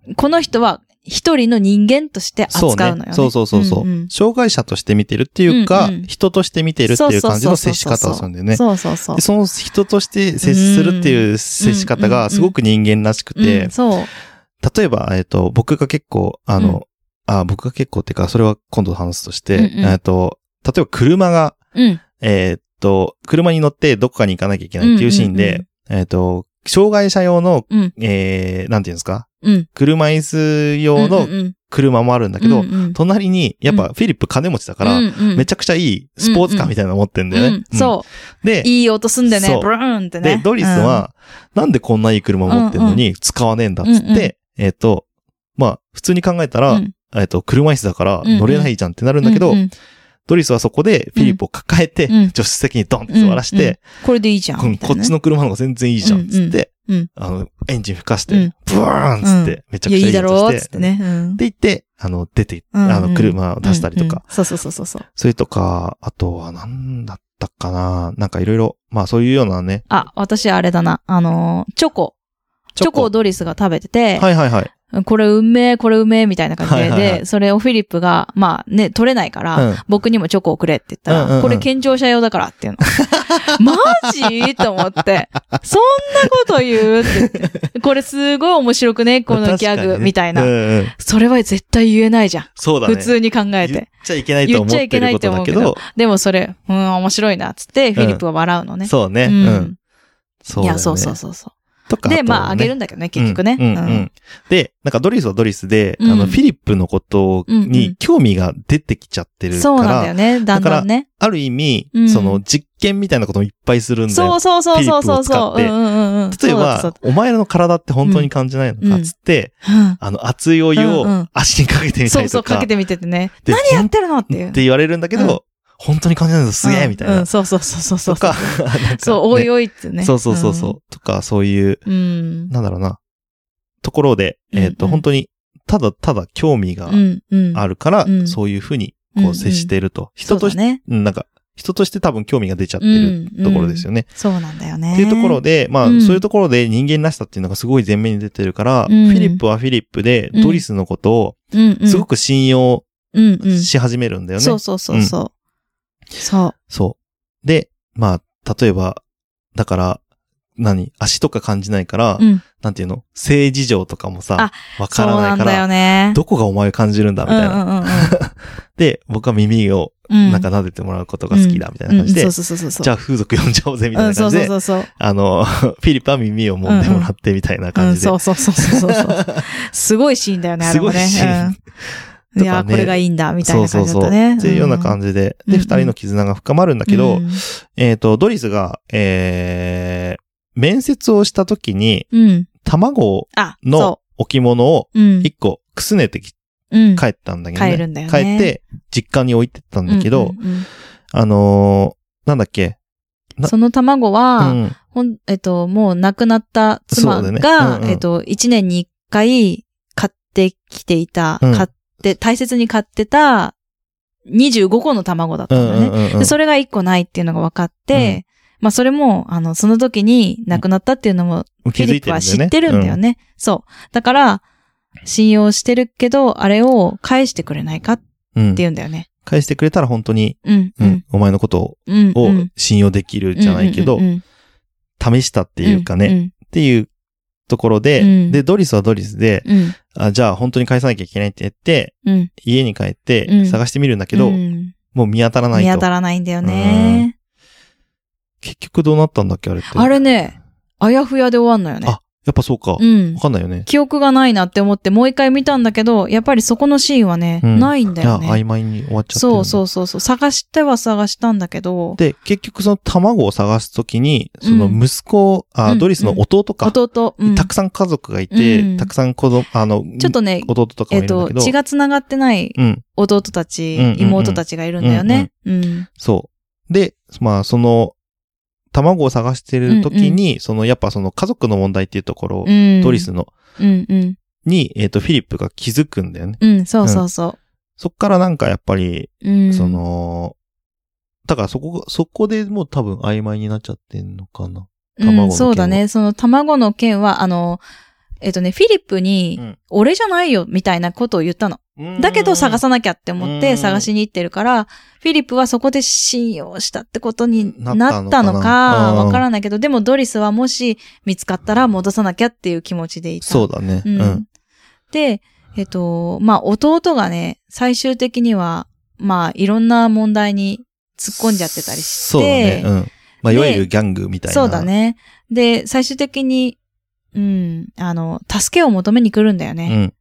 Speaker 1: う。この人は一人の人間として扱
Speaker 2: そう
Speaker 1: のよ
Speaker 2: ね
Speaker 1: ね。。
Speaker 2: そうそうそうそう、
Speaker 1: んん
Speaker 2: 障害者として見てるっていうか、
Speaker 1: うんうん
Speaker 2: 人として見てるっていう感じの接し方をするんだよね。
Speaker 1: そうそうそう
Speaker 2: で。その人として接するっていう接し方
Speaker 1: うんうんうん
Speaker 2: がすごく人間らしく
Speaker 1: うん
Speaker 2: て、
Speaker 1: そう。
Speaker 2: 例えば、えっ、と、僕が結構、あ
Speaker 1: うん
Speaker 2: の、あ僕が結構っていうか、それは今度話すとして、
Speaker 1: うんうん
Speaker 2: えっと、例えば車が、
Speaker 1: うん。
Speaker 2: えっと、車に乗ってどっかに行かなきゃいけないっていうシーンで、
Speaker 1: うんうん
Speaker 2: えっと、障害者用の、
Speaker 1: うん
Speaker 2: えー、なんていうんですか
Speaker 1: うん。
Speaker 2: 車椅子用の
Speaker 1: だ
Speaker 2: 車もあるんだけ
Speaker 1: だ
Speaker 2: ど、隣に、やっ
Speaker 1: う
Speaker 2: ぱフィリップ金持ちだから、め
Speaker 1: ち
Speaker 2: ちゃくちゃいいスポーツカーみたいなの持ってんだよね。うん
Speaker 1: そ
Speaker 2: で
Speaker 1: う。、いい音すんだよね
Speaker 2: そ。う
Speaker 1: ブルーンって
Speaker 2: で
Speaker 1: ね。、
Speaker 2: ドリスは、なんでこんないい車持ってんのに使わねえんだっつって、
Speaker 1: うんうん
Speaker 2: えっ、と、まあ、普通に考えた
Speaker 1: う
Speaker 2: ら、
Speaker 1: ん、うん
Speaker 2: えっ、と、車椅子だから
Speaker 1: うんうん
Speaker 2: 乗れないじゃんってなるんだけど、
Speaker 1: うんうん
Speaker 2: ドリスはそこでフィリップを抱えて、
Speaker 1: うん
Speaker 2: 助手席にドンって座らし
Speaker 1: うんうん
Speaker 2: て、
Speaker 1: これでいいじゃん。みたいな
Speaker 2: ここ
Speaker 1: ね
Speaker 2: っちの車の方が全然いいじゃんっつって、
Speaker 1: うんうん
Speaker 2: あの、エンジン吹かして、
Speaker 1: うん
Speaker 2: ブワーンっつって、めちゃく
Speaker 1: いや、
Speaker 2: ちゃ
Speaker 1: い
Speaker 2: い
Speaker 1: い
Speaker 2: い
Speaker 1: だ
Speaker 2: やつ
Speaker 1: ろうっ
Speaker 2: し、
Speaker 1: つっててね。うん
Speaker 2: で行って、あの、出てい、
Speaker 1: うんうん
Speaker 2: あの、車を出したり
Speaker 1: う
Speaker 2: とか、
Speaker 1: んうんそうそうそうそうそう。
Speaker 2: それとか、あとは何だったかななんかいろいろ、まあそういうようなね、
Speaker 1: あ、私あれだな。あのーチョコ。チョコをドリスが食べてて、
Speaker 2: はいはいはい。
Speaker 1: これうめえ、これうめえ、みたいな感じで、
Speaker 2: はいはいはい
Speaker 1: で、それをフィリップが、まあね、取れないから、
Speaker 2: うん
Speaker 1: 僕にもチョコをくれって言ったら、
Speaker 2: うんうんうん
Speaker 1: これ健常者用だからっていうの。 マジと思って。そんなこと言うって言って。これすごい面白くね、このギャ
Speaker 2: 確か
Speaker 1: グ、
Speaker 2: にね
Speaker 1: みたいな、
Speaker 2: うんうん
Speaker 1: それは絶対言えないじゃん。
Speaker 2: そうだね。
Speaker 1: 普通に考え。
Speaker 2: 言ってちゃいけないと思ってることだけ
Speaker 1: 言っ
Speaker 2: ど、
Speaker 1: でもそれ、うん、面白いな、つって、フィリップは笑うのね。
Speaker 2: そうね。
Speaker 1: う。
Speaker 2: うんん。そう
Speaker 1: いや、
Speaker 2: だよね。
Speaker 1: そうそうそうそう。
Speaker 2: とかとね。
Speaker 1: で、まあ、あげるんだけどね、結局ね。
Speaker 2: うんうんうんで、なんかドリスはドリスで、あ
Speaker 1: うん
Speaker 2: の、フィリップのこと
Speaker 1: うんうん
Speaker 2: に興味が出てきちゃってるか
Speaker 1: そうなんだよ
Speaker 2: ら、
Speaker 1: ね、だんだんね。
Speaker 2: ある意味
Speaker 1: うん、
Speaker 2: その、実験みたいなこともいっぱいするんだ
Speaker 1: そ
Speaker 2: よ
Speaker 1: う。そうそうそうそうそう。
Speaker 2: フ
Speaker 1: う
Speaker 2: ィリ
Speaker 1: ん
Speaker 2: ッ
Speaker 1: うんうんうん。
Speaker 2: 例え
Speaker 1: そう
Speaker 2: ば、お前らの体って本当に感じないのかっつって、
Speaker 1: だ
Speaker 2: あの、熱いお湯
Speaker 1: うんうん
Speaker 2: を足にかけてみ
Speaker 1: そ
Speaker 2: た
Speaker 1: う
Speaker 2: り
Speaker 1: そう、
Speaker 2: と
Speaker 1: か
Speaker 2: か
Speaker 1: け、てみててね。
Speaker 2: で
Speaker 1: 何やってるのっていう
Speaker 2: っ。て言われるんだけ
Speaker 1: うん
Speaker 2: ど、本当に感じないのすげえみたい
Speaker 1: うんう。
Speaker 2: なん
Speaker 1: そうそうそうそうそう。
Speaker 2: とか、なんか
Speaker 1: そう、おい
Speaker 2: ね
Speaker 1: おいってね。
Speaker 2: そうそうそうそう。とか、そういう、
Speaker 1: うん。うん。
Speaker 2: なんだろうな、ところで、えっ、と、
Speaker 1: うんうん
Speaker 2: 本当に、ただただ興味が
Speaker 1: うんうん。
Speaker 2: あるから、
Speaker 1: うん
Speaker 2: そういうふうに、
Speaker 1: うんう
Speaker 2: こ
Speaker 1: ん
Speaker 2: う、接していると。
Speaker 1: そ
Speaker 2: 人
Speaker 1: う
Speaker 2: と
Speaker 1: だ
Speaker 2: して、
Speaker 1: ね。
Speaker 2: うんなんか、人として多分興味が出ちゃって
Speaker 1: う
Speaker 2: る
Speaker 1: んうん
Speaker 2: ところですよね。
Speaker 1: そうなんだよね。
Speaker 2: っていうところで、まあ、
Speaker 1: うん
Speaker 2: そういうところで人間らしさっていうのがすごい前面に出てるから、
Speaker 1: うん
Speaker 2: フィリップはフィリップで、
Speaker 1: うん
Speaker 2: ドリスのこと
Speaker 1: うんう
Speaker 2: を、
Speaker 1: ん。
Speaker 2: すごく信用
Speaker 1: うんうん。
Speaker 2: し始めるんだよね。
Speaker 1: そうそうそうそう。そ
Speaker 2: そう。で、まあ、例えば、だから、何足とか感じないから、
Speaker 1: う。うん。
Speaker 2: なんていうの性事情とかもさ
Speaker 1: あ、
Speaker 2: わ
Speaker 1: そ
Speaker 2: か
Speaker 1: う
Speaker 2: ら
Speaker 1: な
Speaker 2: ない
Speaker 1: ん
Speaker 2: か
Speaker 1: だ
Speaker 2: ら、
Speaker 1: よね。
Speaker 2: どこがお前を感じるんだみ
Speaker 1: う
Speaker 2: た
Speaker 1: ん
Speaker 2: いうな。
Speaker 1: んうんうん。
Speaker 2: で、僕は耳を
Speaker 1: うん
Speaker 2: なんか撫でてもらうことが好きだみたいな感じで、
Speaker 1: うんうんそうそうそうそう。
Speaker 2: じゃ
Speaker 1: ゃ
Speaker 2: あ風俗呼んじゃおうぜみたい
Speaker 1: うん、
Speaker 2: な
Speaker 1: そ
Speaker 2: 感
Speaker 1: う
Speaker 2: じ
Speaker 1: そう
Speaker 2: で、
Speaker 1: そうそう。
Speaker 2: あの、フィリップは耳を揉んでもらってみたいな
Speaker 1: う
Speaker 2: 感
Speaker 1: ん、
Speaker 2: じで。
Speaker 1: そうそうそうそうそう。すごいシーンだよね、あれ
Speaker 2: す
Speaker 1: も
Speaker 2: ごい
Speaker 1: ね。
Speaker 2: シーンとかね
Speaker 1: いや、これがいいんだ、みたいな感じだったね。
Speaker 2: っていうような感じで。
Speaker 1: うんう
Speaker 2: で、
Speaker 1: ん
Speaker 2: 二人の絆が深まるんだけど、
Speaker 1: うん
Speaker 2: えっ、と、ドリスが、えー、面接をした時に、
Speaker 1: うん。
Speaker 2: 卵
Speaker 1: あ、
Speaker 2: の
Speaker 1: そ
Speaker 2: 置物を
Speaker 1: う。うん。
Speaker 2: 一個くすねてき
Speaker 1: うん。
Speaker 2: 帰ったんだけどね。
Speaker 1: 帰るんだよね
Speaker 2: 帰って、実家に置いてったんだけど、
Speaker 1: うんうんうん
Speaker 2: あのーなんだっけな
Speaker 1: その卵は、
Speaker 2: うん
Speaker 1: ほん、えっと、もう亡くなった妻
Speaker 2: そ
Speaker 1: が、
Speaker 2: うだねうんうん
Speaker 1: えっと、一年に一回買ってきていた、
Speaker 2: うん
Speaker 1: 買って、大切に買ってた25個の卵だった
Speaker 2: うんん
Speaker 1: だね。
Speaker 2: うんうんうん
Speaker 1: で、それが1個ないっていうのが分かって、まあそれも、あの、その時に亡くなったっていうのも、フ
Speaker 2: 気
Speaker 1: ィ
Speaker 2: づ
Speaker 1: リッ
Speaker 2: い
Speaker 1: プ
Speaker 2: てる
Speaker 1: は知ってる
Speaker 2: んだよね。
Speaker 1: んだよね。そう。だから、信用してるけど、あれを返してくれないかって
Speaker 2: うん。うん
Speaker 1: 言うんだよね。
Speaker 2: 返してくれたら本当に、
Speaker 1: うん、
Speaker 2: う
Speaker 1: うんん、
Speaker 2: お前のこと
Speaker 1: うん。
Speaker 2: を
Speaker 1: うん
Speaker 2: 信用できるじゃないけど、
Speaker 1: うんうんうんっ
Speaker 2: 試したって
Speaker 1: て
Speaker 2: いうかね、っ。ていうところで、
Speaker 1: うん
Speaker 2: で、ドリスはドリスで、
Speaker 1: うん、うん
Speaker 2: あじゃあ本当に返さなきゃいけないって言って、
Speaker 1: うん。
Speaker 2: 家に帰っ
Speaker 1: う
Speaker 2: て
Speaker 1: ん
Speaker 2: 探してみるんだけど、
Speaker 1: うん
Speaker 2: もう見当たらない
Speaker 1: 見
Speaker 2: と。
Speaker 1: 当たらないんだよね。
Speaker 2: 結局どうなったんだっけあれって。
Speaker 1: あれね、あやふやで終わんのよね。
Speaker 2: あやっぱそうか。わ、
Speaker 1: うん。
Speaker 2: かんないよね。
Speaker 1: 記憶がないなって思って、もう一回見たんだけど、やっぱりそこのシーンはね、
Speaker 2: うん
Speaker 1: ないんだよ
Speaker 2: いや
Speaker 1: ね
Speaker 2: 曖。昧に終わっちゃってるんだ。
Speaker 1: そうそうそうそう。探しては探したんだけど、
Speaker 2: で、結局その卵を探すときに、その
Speaker 1: うん
Speaker 2: 息子、
Speaker 1: う
Speaker 2: あ、
Speaker 1: ん
Speaker 2: ドリスの弟か。
Speaker 1: 弟、うん、
Speaker 2: たくさん家族がいて、
Speaker 1: うん
Speaker 2: たくさん子供、あの、
Speaker 1: ちょっとね、
Speaker 2: 弟とか
Speaker 1: えっ、
Speaker 2: もいるんだ
Speaker 1: と、
Speaker 2: けど、
Speaker 1: 血が繋がってない
Speaker 2: うん、
Speaker 1: 弟たち、
Speaker 2: うんうんうん
Speaker 1: 妹たちがいるんだよね。うん。
Speaker 2: そう。で、まあ、その、卵を探してるときに、その、やっぱその家族の問題っていうところを、
Speaker 1: うん。
Speaker 2: ドリス。の、
Speaker 1: うんうん。
Speaker 2: に、えっ、と、フィリップが気づくんだよね。
Speaker 1: うん、そうそうそ
Speaker 2: そっからなんかやっぱり、
Speaker 1: う。うん。
Speaker 2: そ、の、だからそこ、そこでもう多分曖昧になっちゃってんのかな。
Speaker 1: う
Speaker 2: 卵の件
Speaker 1: ん、
Speaker 2: は
Speaker 1: そうだね。その卵の件は、あの、えっ、とね、フィリップに、
Speaker 2: うん
Speaker 1: 俺じゃないよ、みたいなことを言ったの。だけど探
Speaker 2: さ
Speaker 1: さなきゃって思っ
Speaker 2: うん
Speaker 1: て探しに行ってるから、フィリップはそこで信用したってことに
Speaker 2: な
Speaker 1: な
Speaker 2: っ
Speaker 1: ったた
Speaker 2: の
Speaker 1: の
Speaker 2: かな
Speaker 1: か、
Speaker 2: うん
Speaker 1: わからないけど、でもドリスはもし見つかったら戻さなきゃっていう気持ちでいた。
Speaker 2: そうだね。う。
Speaker 1: うんん。で、えっと、まあ、弟がね、最終的には、まあ、いろんな問題に突っ込んじゃってたりして、
Speaker 2: そうだね。うん。まあ、い
Speaker 1: で
Speaker 2: わゆるギャングみたいな。
Speaker 1: そうだ。ね。で、最終的に、うん、あの、助けを求めに来るんだよね。
Speaker 2: うん。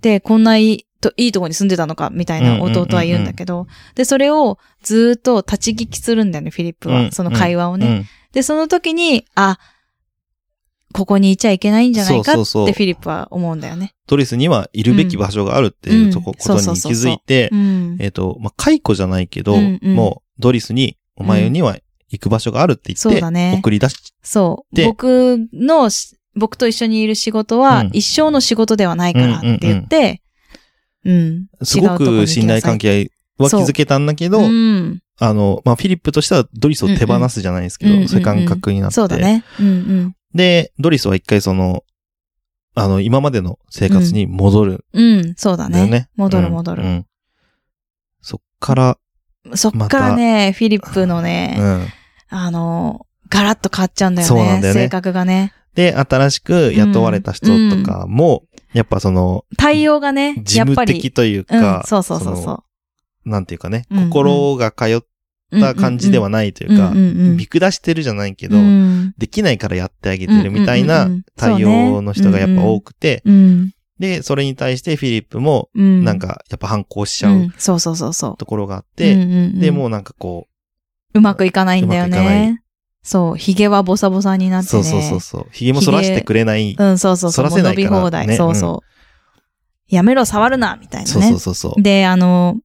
Speaker 1: で、こんないいといいとこに住んでたのか、みたい
Speaker 2: うん
Speaker 1: な
Speaker 2: うんうんうん
Speaker 1: 弟は言うんだけど、で、それをずーっと立ち聞きするんだよね、フィリップ
Speaker 2: うん
Speaker 1: は。その会話をね。
Speaker 2: うん
Speaker 1: で、その時に、あ、ここにいちゃいけないんじゃないかって
Speaker 2: そ
Speaker 1: フ
Speaker 2: うそうそう
Speaker 1: ィリップは思うんだよね。
Speaker 2: ドリスにはいるべき場所があるって
Speaker 1: う
Speaker 2: いうんとこ、ことに
Speaker 1: そう
Speaker 2: 気
Speaker 1: そうそう
Speaker 2: づ
Speaker 1: そう
Speaker 2: いて
Speaker 1: う、ん。
Speaker 2: えっ、と、まあ、解雇じゃないけど、
Speaker 1: うんうん
Speaker 2: もう、ドリスに、お前には行く場所があるって言
Speaker 1: そう
Speaker 2: って、
Speaker 1: だね
Speaker 2: 送り出し、
Speaker 1: そう。
Speaker 2: で
Speaker 1: 僕のし、僕と一緒にいる仕事は、
Speaker 2: うん
Speaker 1: 一生の仕事ではないからって言って、うん
Speaker 2: すごく信頼関
Speaker 1: 係
Speaker 2: 係は築けたんだけど
Speaker 1: う、ん。
Speaker 2: あの、まあ、フィリップとしてはドリスを手放すじゃないですけど、
Speaker 1: うんうん
Speaker 2: そういう感覚になって。
Speaker 1: そうだね。うんうん。
Speaker 2: で、ドリスは一回その、あの、今までの生活に戻る
Speaker 1: うん、そうだ
Speaker 2: んだよ
Speaker 1: ね。
Speaker 2: ね。
Speaker 1: 戻る
Speaker 2: うん
Speaker 1: 戻る
Speaker 2: うんそっから、
Speaker 1: そっからね、フィリップのね、
Speaker 2: うん。
Speaker 1: あの、ガラッと変わっちゃうんだよね。
Speaker 2: そうなんだよね
Speaker 1: 性格がね。
Speaker 2: で、新しく雇われた人とかも、やっぱその、
Speaker 1: 対応がね、
Speaker 2: 事
Speaker 1: やっぱ
Speaker 2: 務
Speaker 1: り
Speaker 2: 的。という
Speaker 1: うん
Speaker 2: か、、
Speaker 1: そうそうそう
Speaker 2: その
Speaker 1: そ
Speaker 2: なんていうかね、
Speaker 1: うんうん
Speaker 2: 心が通っ
Speaker 1: う。
Speaker 2: た感じではないというか、
Speaker 1: うんうんうん
Speaker 2: 見下してるじゃない
Speaker 1: け
Speaker 2: けど、
Speaker 1: うん
Speaker 2: できないからやってあげてるみたいな
Speaker 1: うんうんうん
Speaker 2: 対応の人がやっぱ多くて、
Speaker 1: うん。
Speaker 2: で、それに対してフィリップも、
Speaker 1: うん。
Speaker 2: なんかやっぱ反抗し
Speaker 1: し
Speaker 2: ちゃう
Speaker 1: そうそうそうそう。
Speaker 2: ところがあって、
Speaker 1: うんうんうん
Speaker 2: で、もうなんかこ
Speaker 1: うまくいかないんだよ
Speaker 2: うまくいかない
Speaker 1: ね。そう、髭はボサボサにな
Speaker 2: う、
Speaker 1: ってね。
Speaker 2: そうそうそうそう、�げも剃らしてくれない、
Speaker 1: うん、そうそうそう。
Speaker 2: 反らせないから
Speaker 1: もう伸び放題。
Speaker 2: ね
Speaker 1: そうそう。やめろ、触るなみたいなね。
Speaker 2: そうそうそうそう、
Speaker 1: で、あの、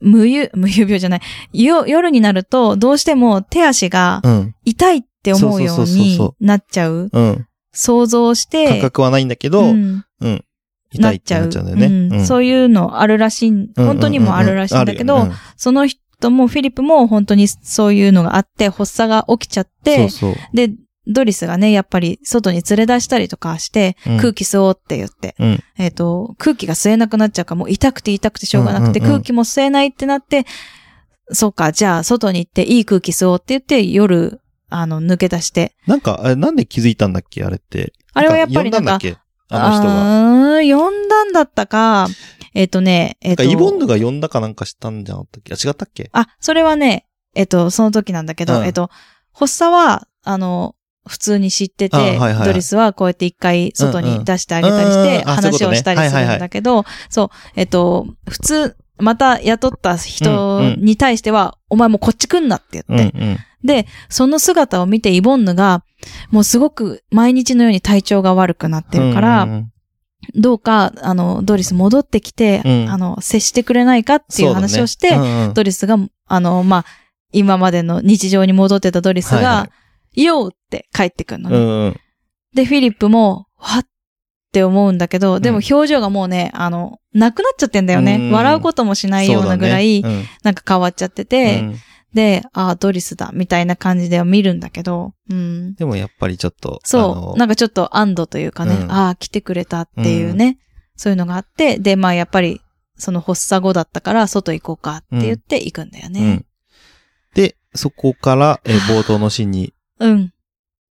Speaker 1: 無ゆ、 無ゆ病じゃない。よ夜になると、どうしても手足が
Speaker 2: うん、
Speaker 1: 痛いって思うよ
Speaker 2: そう
Speaker 1: う
Speaker 2: そうそうそう
Speaker 1: に
Speaker 2: そ
Speaker 1: なっちゃう。
Speaker 2: うん、
Speaker 1: 想像して、
Speaker 2: 感覚はないんだけど、
Speaker 1: うん
Speaker 2: 痛いってなっちゃうんだ
Speaker 1: な
Speaker 2: よね。
Speaker 1: っちゃううんそういうのあるらしい、
Speaker 2: うん
Speaker 1: 本当にもあるらしいんだけど、
Speaker 2: あるよね
Speaker 1: その人もフィリップも本当にそういうのがあって、発作が起きちゃっ
Speaker 2: うん
Speaker 1: て、
Speaker 2: そうそう
Speaker 1: で、ドリスがね、やっぱり外に連れ出したりとかして、
Speaker 2: うん
Speaker 1: 空気吸おうって言って、
Speaker 2: うん
Speaker 1: えっ、と、空気が吸えなくなっちゃうから、もう痛くて痛くてしょうがなくて、
Speaker 2: うんうんうん
Speaker 1: 空気も吸えないってなって、そうか、じゃあ外に行っていい空気吸おうって言って、夜、あの、抜け出して。
Speaker 2: なんか、あれなんで気づいたんだっけあれって。
Speaker 1: あれはやっぱりなんか
Speaker 2: 呼んだ、だっけあの人が。
Speaker 1: あー呼んだんだったか、えっ、とね、えっ、
Speaker 2: な
Speaker 1: と、
Speaker 2: んかイボンヌが呼んだかなんかしたんじゃなかったっけあ、違ったっけ
Speaker 1: あ、それはね、えっ、と、その時なんだけど、
Speaker 2: うん
Speaker 1: えっ、と、発作は、あの、普通に知ってて、
Speaker 2: あはいはいはい
Speaker 1: ドリスはこうやって一回外
Speaker 2: うんう
Speaker 1: に
Speaker 2: ん
Speaker 1: 出してあげたりして、
Speaker 2: うんあそういう
Speaker 1: 話
Speaker 2: こと
Speaker 1: を
Speaker 2: ね
Speaker 1: したりするんだけど、そう、えっと、普通、また雇った
Speaker 2: うん
Speaker 1: 人
Speaker 2: うん
Speaker 1: に対しては、お前もうこっち来んなって
Speaker 2: う
Speaker 1: 言
Speaker 2: んう
Speaker 1: って、
Speaker 2: ん。
Speaker 1: で、その姿を見てイボンヌが、もうすごく毎日のように体調が悪くなってるから、
Speaker 2: うんうんうん
Speaker 1: どうか、あの、ドリス戻ってきて、
Speaker 2: うん
Speaker 1: あの、接してくれないかっていう話をして、
Speaker 2: そうだねうんうん
Speaker 1: ドリスが、あの、まあ、今までの日常に戻ってたドリスが、
Speaker 2: はいは
Speaker 1: ようって帰ってくるの
Speaker 2: う
Speaker 1: ね、
Speaker 2: んうん。
Speaker 1: で、フィリップも、わって思うんだけど、でも
Speaker 2: うん
Speaker 1: 表情がもうね、あの、なくなっちゃってんだよね。
Speaker 2: うん
Speaker 1: 笑うこともしないようなぐらい、
Speaker 2: そうだね
Speaker 1: なんか変わっちゃって
Speaker 2: うん
Speaker 1: て、
Speaker 2: うん
Speaker 1: で、ああ、ドリスだ、みたいな感じでは見るんだけど、うん。
Speaker 2: でもやっぱりちょっと、
Speaker 1: そう。
Speaker 2: あの
Speaker 1: なんかちょっと安堵というかね、
Speaker 2: うん
Speaker 1: ああ、来てくれたっていうね、そういうのがあって、で、まあやっぱり、その発作後だったから、外行こうかって言って行くんだよ
Speaker 2: う
Speaker 1: ね。
Speaker 2: ん。で、そこから、えー冒頭のシーンに
Speaker 1: うん。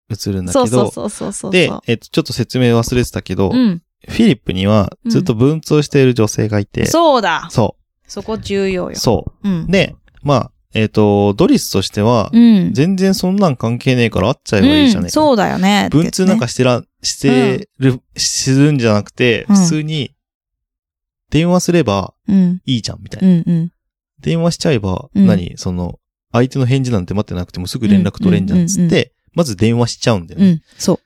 Speaker 2: 移るんだけ
Speaker 1: そ
Speaker 2: ど、
Speaker 1: うそうそうそうそう。
Speaker 2: で、えっと、ちょっと説明忘れてたけど、
Speaker 1: うん。
Speaker 2: フィリップにはずっと文通している女性がいて、
Speaker 1: そうだ
Speaker 2: そ
Speaker 1: そこ重要
Speaker 2: う、
Speaker 1: よ。
Speaker 2: そ
Speaker 1: うん
Speaker 2: う。。で、まあ、えっ、と、ドリスとしては、
Speaker 1: うん。
Speaker 2: 全然そんなん関係ねえから会っちゃえばいいじゃ
Speaker 1: うん、
Speaker 2: ねえか。
Speaker 1: そうだよね。
Speaker 2: 文通なんかしてら、してる、するんじゃなくて、
Speaker 1: う
Speaker 2: 普
Speaker 1: ん
Speaker 2: 通に、電話すれば
Speaker 1: うん。
Speaker 2: いいじゃん、みたいな
Speaker 1: う。んうん。
Speaker 2: 電話しちゃえば、
Speaker 1: うん
Speaker 2: 何その、相手の返事なんて待ってなくてもすぐ連絡取れんじゃんっ
Speaker 1: うん
Speaker 2: つっ
Speaker 1: うんう
Speaker 2: て、まず電話しちゃうんだよ
Speaker 1: う
Speaker 2: ね。。
Speaker 1: ん。そう。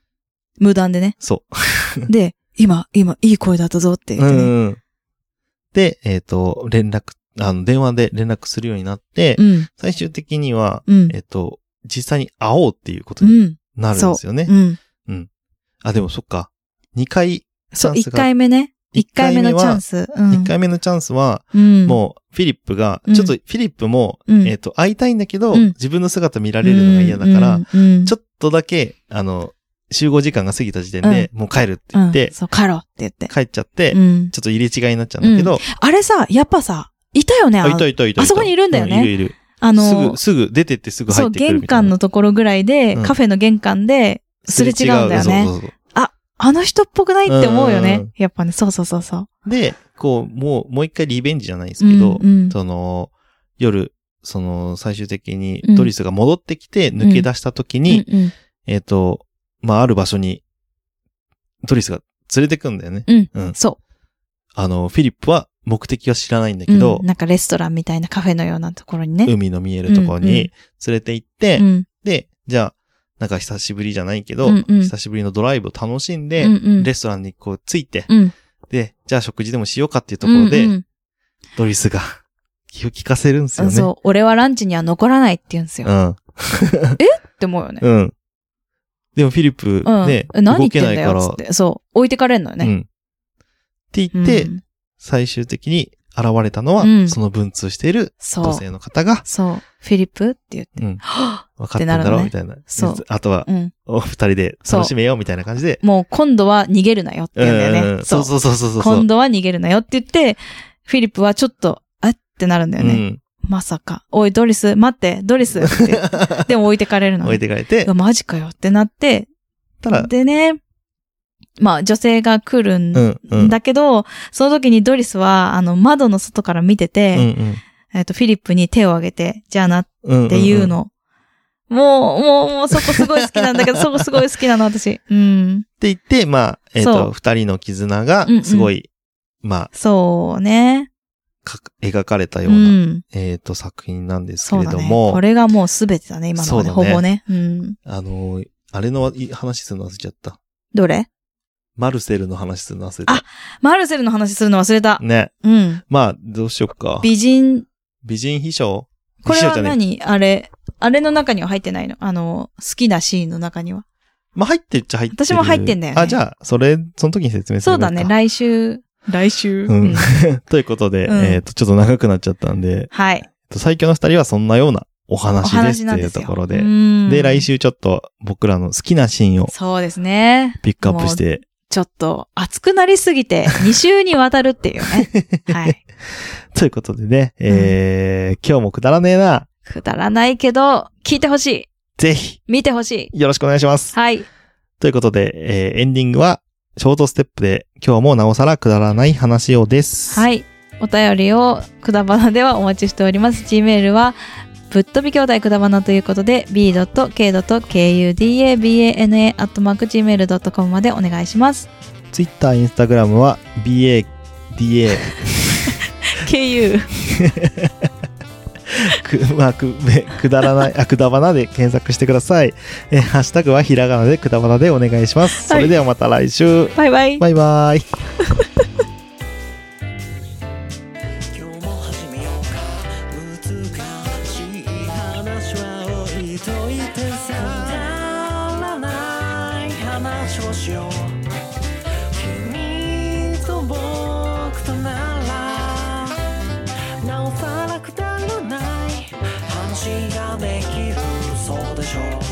Speaker 1: 無断でね
Speaker 2: そう。
Speaker 1: で、今、今、いい声だったぞって言
Speaker 2: う
Speaker 1: ってね。
Speaker 2: んうん。で、えっ、と、連絡、あの、電話で連絡するようになって、
Speaker 1: うん。
Speaker 2: 最終的には、
Speaker 1: うん
Speaker 2: えっ、と、実際に会おうっていうこと
Speaker 1: う
Speaker 2: に
Speaker 1: ん。
Speaker 2: なるんですよね。
Speaker 1: うん。
Speaker 2: あ、でもそっか。2回、
Speaker 1: そう、
Speaker 2: チャンス
Speaker 1: 一
Speaker 2: が
Speaker 1: 回目ね。一回目のチャンス。うん。
Speaker 2: 1回目のチャンスは、
Speaker 1: うん。
Speaker 2: もう、フィリップが、
Speaker 1: うん
Speaker 2: ちょっとフィリップも、
Speaker 1: うん
Speaker 2: えっ、と、会いたいんだけど、
Speaker 1: うん
Speaker 2: 自分の姿見られるのが嫌だから、
Speaker 1: うん、うん
Speaker 2: ちょっとだけ、あの、集合時間が過ぎた時点で、もう帰るって言って
Speaker 1: うん、そう、帰ろうって言って。
Speaker 2: 帰っちゃって、
Speaker 1: うん。
Speaker 2: ちょっと入れ違いになっちゃうんだけど、
Speaker 1: あれさ、やっぱさ、いたよね、あ
Speaker 2: あ、い
Speaker 1: の
Speaker 2: たいたいたいた。
Speaker 1: あそこにいるんだよね
Speaker 2: ういるいる。
Speaker 1: あ
Speaker 2: す
Speaker 1: の
Speaker 2: ぐ、、すぐ出てってすぐ
Speaker 1: そ
Speaker 2: 入っ
Speaker 1: う、
Speaker 2: てくる
Speaker 1: 玄
Speaker 2: みたいな。
Speaker 1: 関のところぐらいで、
Speaker 2: うん
Speaker 1: カフェの玄関で、すれ違うんだよ
Speaker 2: そ
Speaker 1: ね。
Speaker 2: うそうそう
Speaker 1: あの人っぽくないって思うよ
Speaker 2: うんうん
Speaker 1: ね
Speaker 2: うん。
Speaker 1: やっぱね、そうそうそうそう。
Speaker 2: で、こう、もう、もう一回リベンジじゃないです
Speaker 1: う
Speaker 2: け
Speaker 1: ん
Speaker 2: ど、
Speaker 1: うん
Speaker 2: その、夜、その、最終的に
Speaker 1: うん
Speaker 2: ドリスが戻ってきて抜け出した時に、
Speaker 1: うんうん
Speaker 2: えっ、と、まあ、ある場所に、ドリスが連れてくんだよね。
Speaker 1: うん
Speaker 2: うん。
Speaker 1: そ
Speaker 2: あの、フィリップは目的は知らないんだ
Speaker 1: う
Speaker 2: けど、
Speaker 1: うんなんかレストランみたいなカフェのようなところにね。
Speaker 2: 海の見えるところ
Speaker 1: うんうん
Speaker 2: に連れて行って、
Speaker 1: うん。
Speaker 2: で、じゃあ、なんか久しぶりじゃないけど、
Speaker 1: うんうん
Speaker 2: 久しぶりのドライブを楽しんで、
Speaker 1: うんうん
Speaker 2: レストランにこう着いて、
Speaker 1: うん。
Speaker 2: で、じゃあ食事でもしようかっていうところで、
Speaker 1: うんうん
Speaker 2: ドリスが気を利かせるんですよね。
Speaker 1: そう、俺はランチには残らないって言うんですよ。
Speaker 2: う
Speaker 1: っ
Speaker 2: ん。
Speaker 1: て思うよね。
Speaker 2: うん。でもフィリップ
Speaker 1: うん。
Speaker 2: ね、
Speaker 1: え何言って
Speaker 2: 動け
Speaker 1: ん
Speaker 2: な
Speaker 1: だ
Speaker 2: いか
Speaker 1: よ
Speaker 2: ら、
Speaker 1: つって。そう、置いてかれんのよ
Speaker 2: う
Speaker 1: ね。
Speaker 2: ん。って言って、
Speaker 1: うん
Speaker 2: 最終的に現れたのは、
Speaker 1: うん
Speaker 2: その文通している
Speaker 1: そ
Speaker 2: 女
Speaker 1: う。
Speaker 2: 性の方が、
Speaker 1: そう。フィリップって言って。
Speaker 2: うん。
Speaker 1: は
Speaker 2: 分かってんだろう
Speaker 1: っ
Speaker 2: み
Speaker 1: て
Speaker 2: たいな。
Speaker 1: そう
Speaker 2: であとは
Speaker 1: ぁ、うん。
Speaker 2: お二人で楽しめようみたいな感じで。
Speaker 1: もう今度は逃げるなよって言うんだ
Speaker 2: うんう
Speaker 1: よ
Speaker 2: んう
Speaker 1: ね。
Speaker 2: んそうそうそうそうそう。
Speaker 1: 今度は逃げるなよって言って、フィリップはちょっと、あってなるんだよ
Speaker 2: う
Speaker 1: ね。
Speaker 2: ん。
Speaker 1: まさか。おい、ドリス、待って、ドリ スって言って。でも置いてかれるのね。
Speaker 2: 置いてかれて
Speaker 1: うわ、マジかよってなって。
Speaker 2: たら、
Speaker 1: でね、まあ女性が来るん
Speaker 2: うん、うん。
Speaker 1: だけど、その時にドリスは、あの、窓の外から見てて、
Speaker 2: うんうん
Speaker 1: えっと、フィリップに手を挙げて、じゃあなっ
Speaker 2: うんん。
Speaker 1: ていうの。もう、もう、もうそこすごい好きなんだけど、そこすごい好きなの、私。うん。
Speaker 2: って言って、まあ、えっ、
Speaker 1: そ
Speaker 2: と、
Speaker 1: う
Speaker 2: 二人の絆が
Speaker 1: うんう、ん
Speaker 2: すごい、まあ、
Speaker 1: そうね。
Speaker 2: か描かれたよ
Speaker 1: う
Speaker 2: うな、
Speaker 1: ん。
Speaker 2: えっ、と、作品なんですけ
Speaker 1: そう
Speaker 2: れ
Speaker 1: だ
Speaker 2: ど
Speaker 1: ね。
Speaker 2: も、
Speaker 1: これがもうすべてだね、今のはね、
Speaker 2: そ
Speaker 1: ほ
Speaker 2: うだね
Speaker 1: ぼね。うん。
Speaker 2: あのー、あれのい話するの忘れちゃった。
Speaker 1: どれ
Speaker 2: マルセルの話するの忘れた。
Speaker 1: マルセルの話するの忘れた。
Speaker 2: ね。
Speaker 1: うん。
Speaker 2: まあ、どうしよっか。
Speaker 1: 美人、
Speaker 2: 美人秘書
Speaker 1: これ
Speaker 2: 秘書
Speaker 1: は
Speaker 2: じゃねえ
Speaker 1: 何あれ、あれの中には入ってないのあの、好きなシーンの中には。
Speaker 2: まあ、入ってっちゃ入ってる。
Speaker 1: 私も入ってんだよね
Speaker 2: あ、じゃあ、それ、その時に説明する
Speaker 1: そう だね、来週。来週
Speaker 2: う
Speaker 1: うんん。。
Speaker 2: ということで、
Speaker 1: うん
Speaker 2: えっ、と、ちょっと長くなっちゃったんで、
Speaker 1: はい。
Speaker 2: えっと最強の二人はそんなようなお
Speaker 1: お
Speaker 2: 話です
Speaker 1: 話
Speaker 2: っ
Speaker 1: なん
Speaker 2: てい
Speaker 1: で
Speaker 2: う
Speaker 1: す
Speaker 2: と
Speaker 1: よ。
Speaker 2: ころで。
Speaker 1: うん
Speaker 2: で、来。週ちょっと僕らの好きなシーンを
Speaker 1: そうですね。
Speaker 2: ピックアップして、
Speaker 1: ちょっと熱くなりすぎて、2週にわたるっていう ね。はい。
Speaker 2: ということでね、えー今日もくだらねえな、
Speaker 1: くだらないけど、聞いてほしい。
Speaker 2: ぜひ、
Speaker 1: 見てほし
Speaker 2: よろしくお願いします
Speaker 1: い。。はい。
Speaker 2: ということで、えーエンディングは、ショートステップで、今日もなおさらくだらない話をです。。
Speaker 1: はいい。お便りをくだばなではお待ちしております。Gmail は、ぶっ飛び兄弟くだばなということで b.k.kudabana.gmail.com までお願いします
Speaker 2: Twitter、Instagram は BADA、
Speaker 1: KU
Speaker 2: く、 まあ、く、べくだらない、あ、くだばなで検索してください。えー、ハッシュタグはひらがなでくだばなでお願いします。そ
Speaker 1: はい
Speaker 2: れではまた来週。
Speaker 1: バイバイ
Speaker 2: バイバイ。
Speaker 3: 今日も始めようか難しい話は置いといてさくだらない話をしよう君と僕とならなおさらくだらない話ができるそうでしょう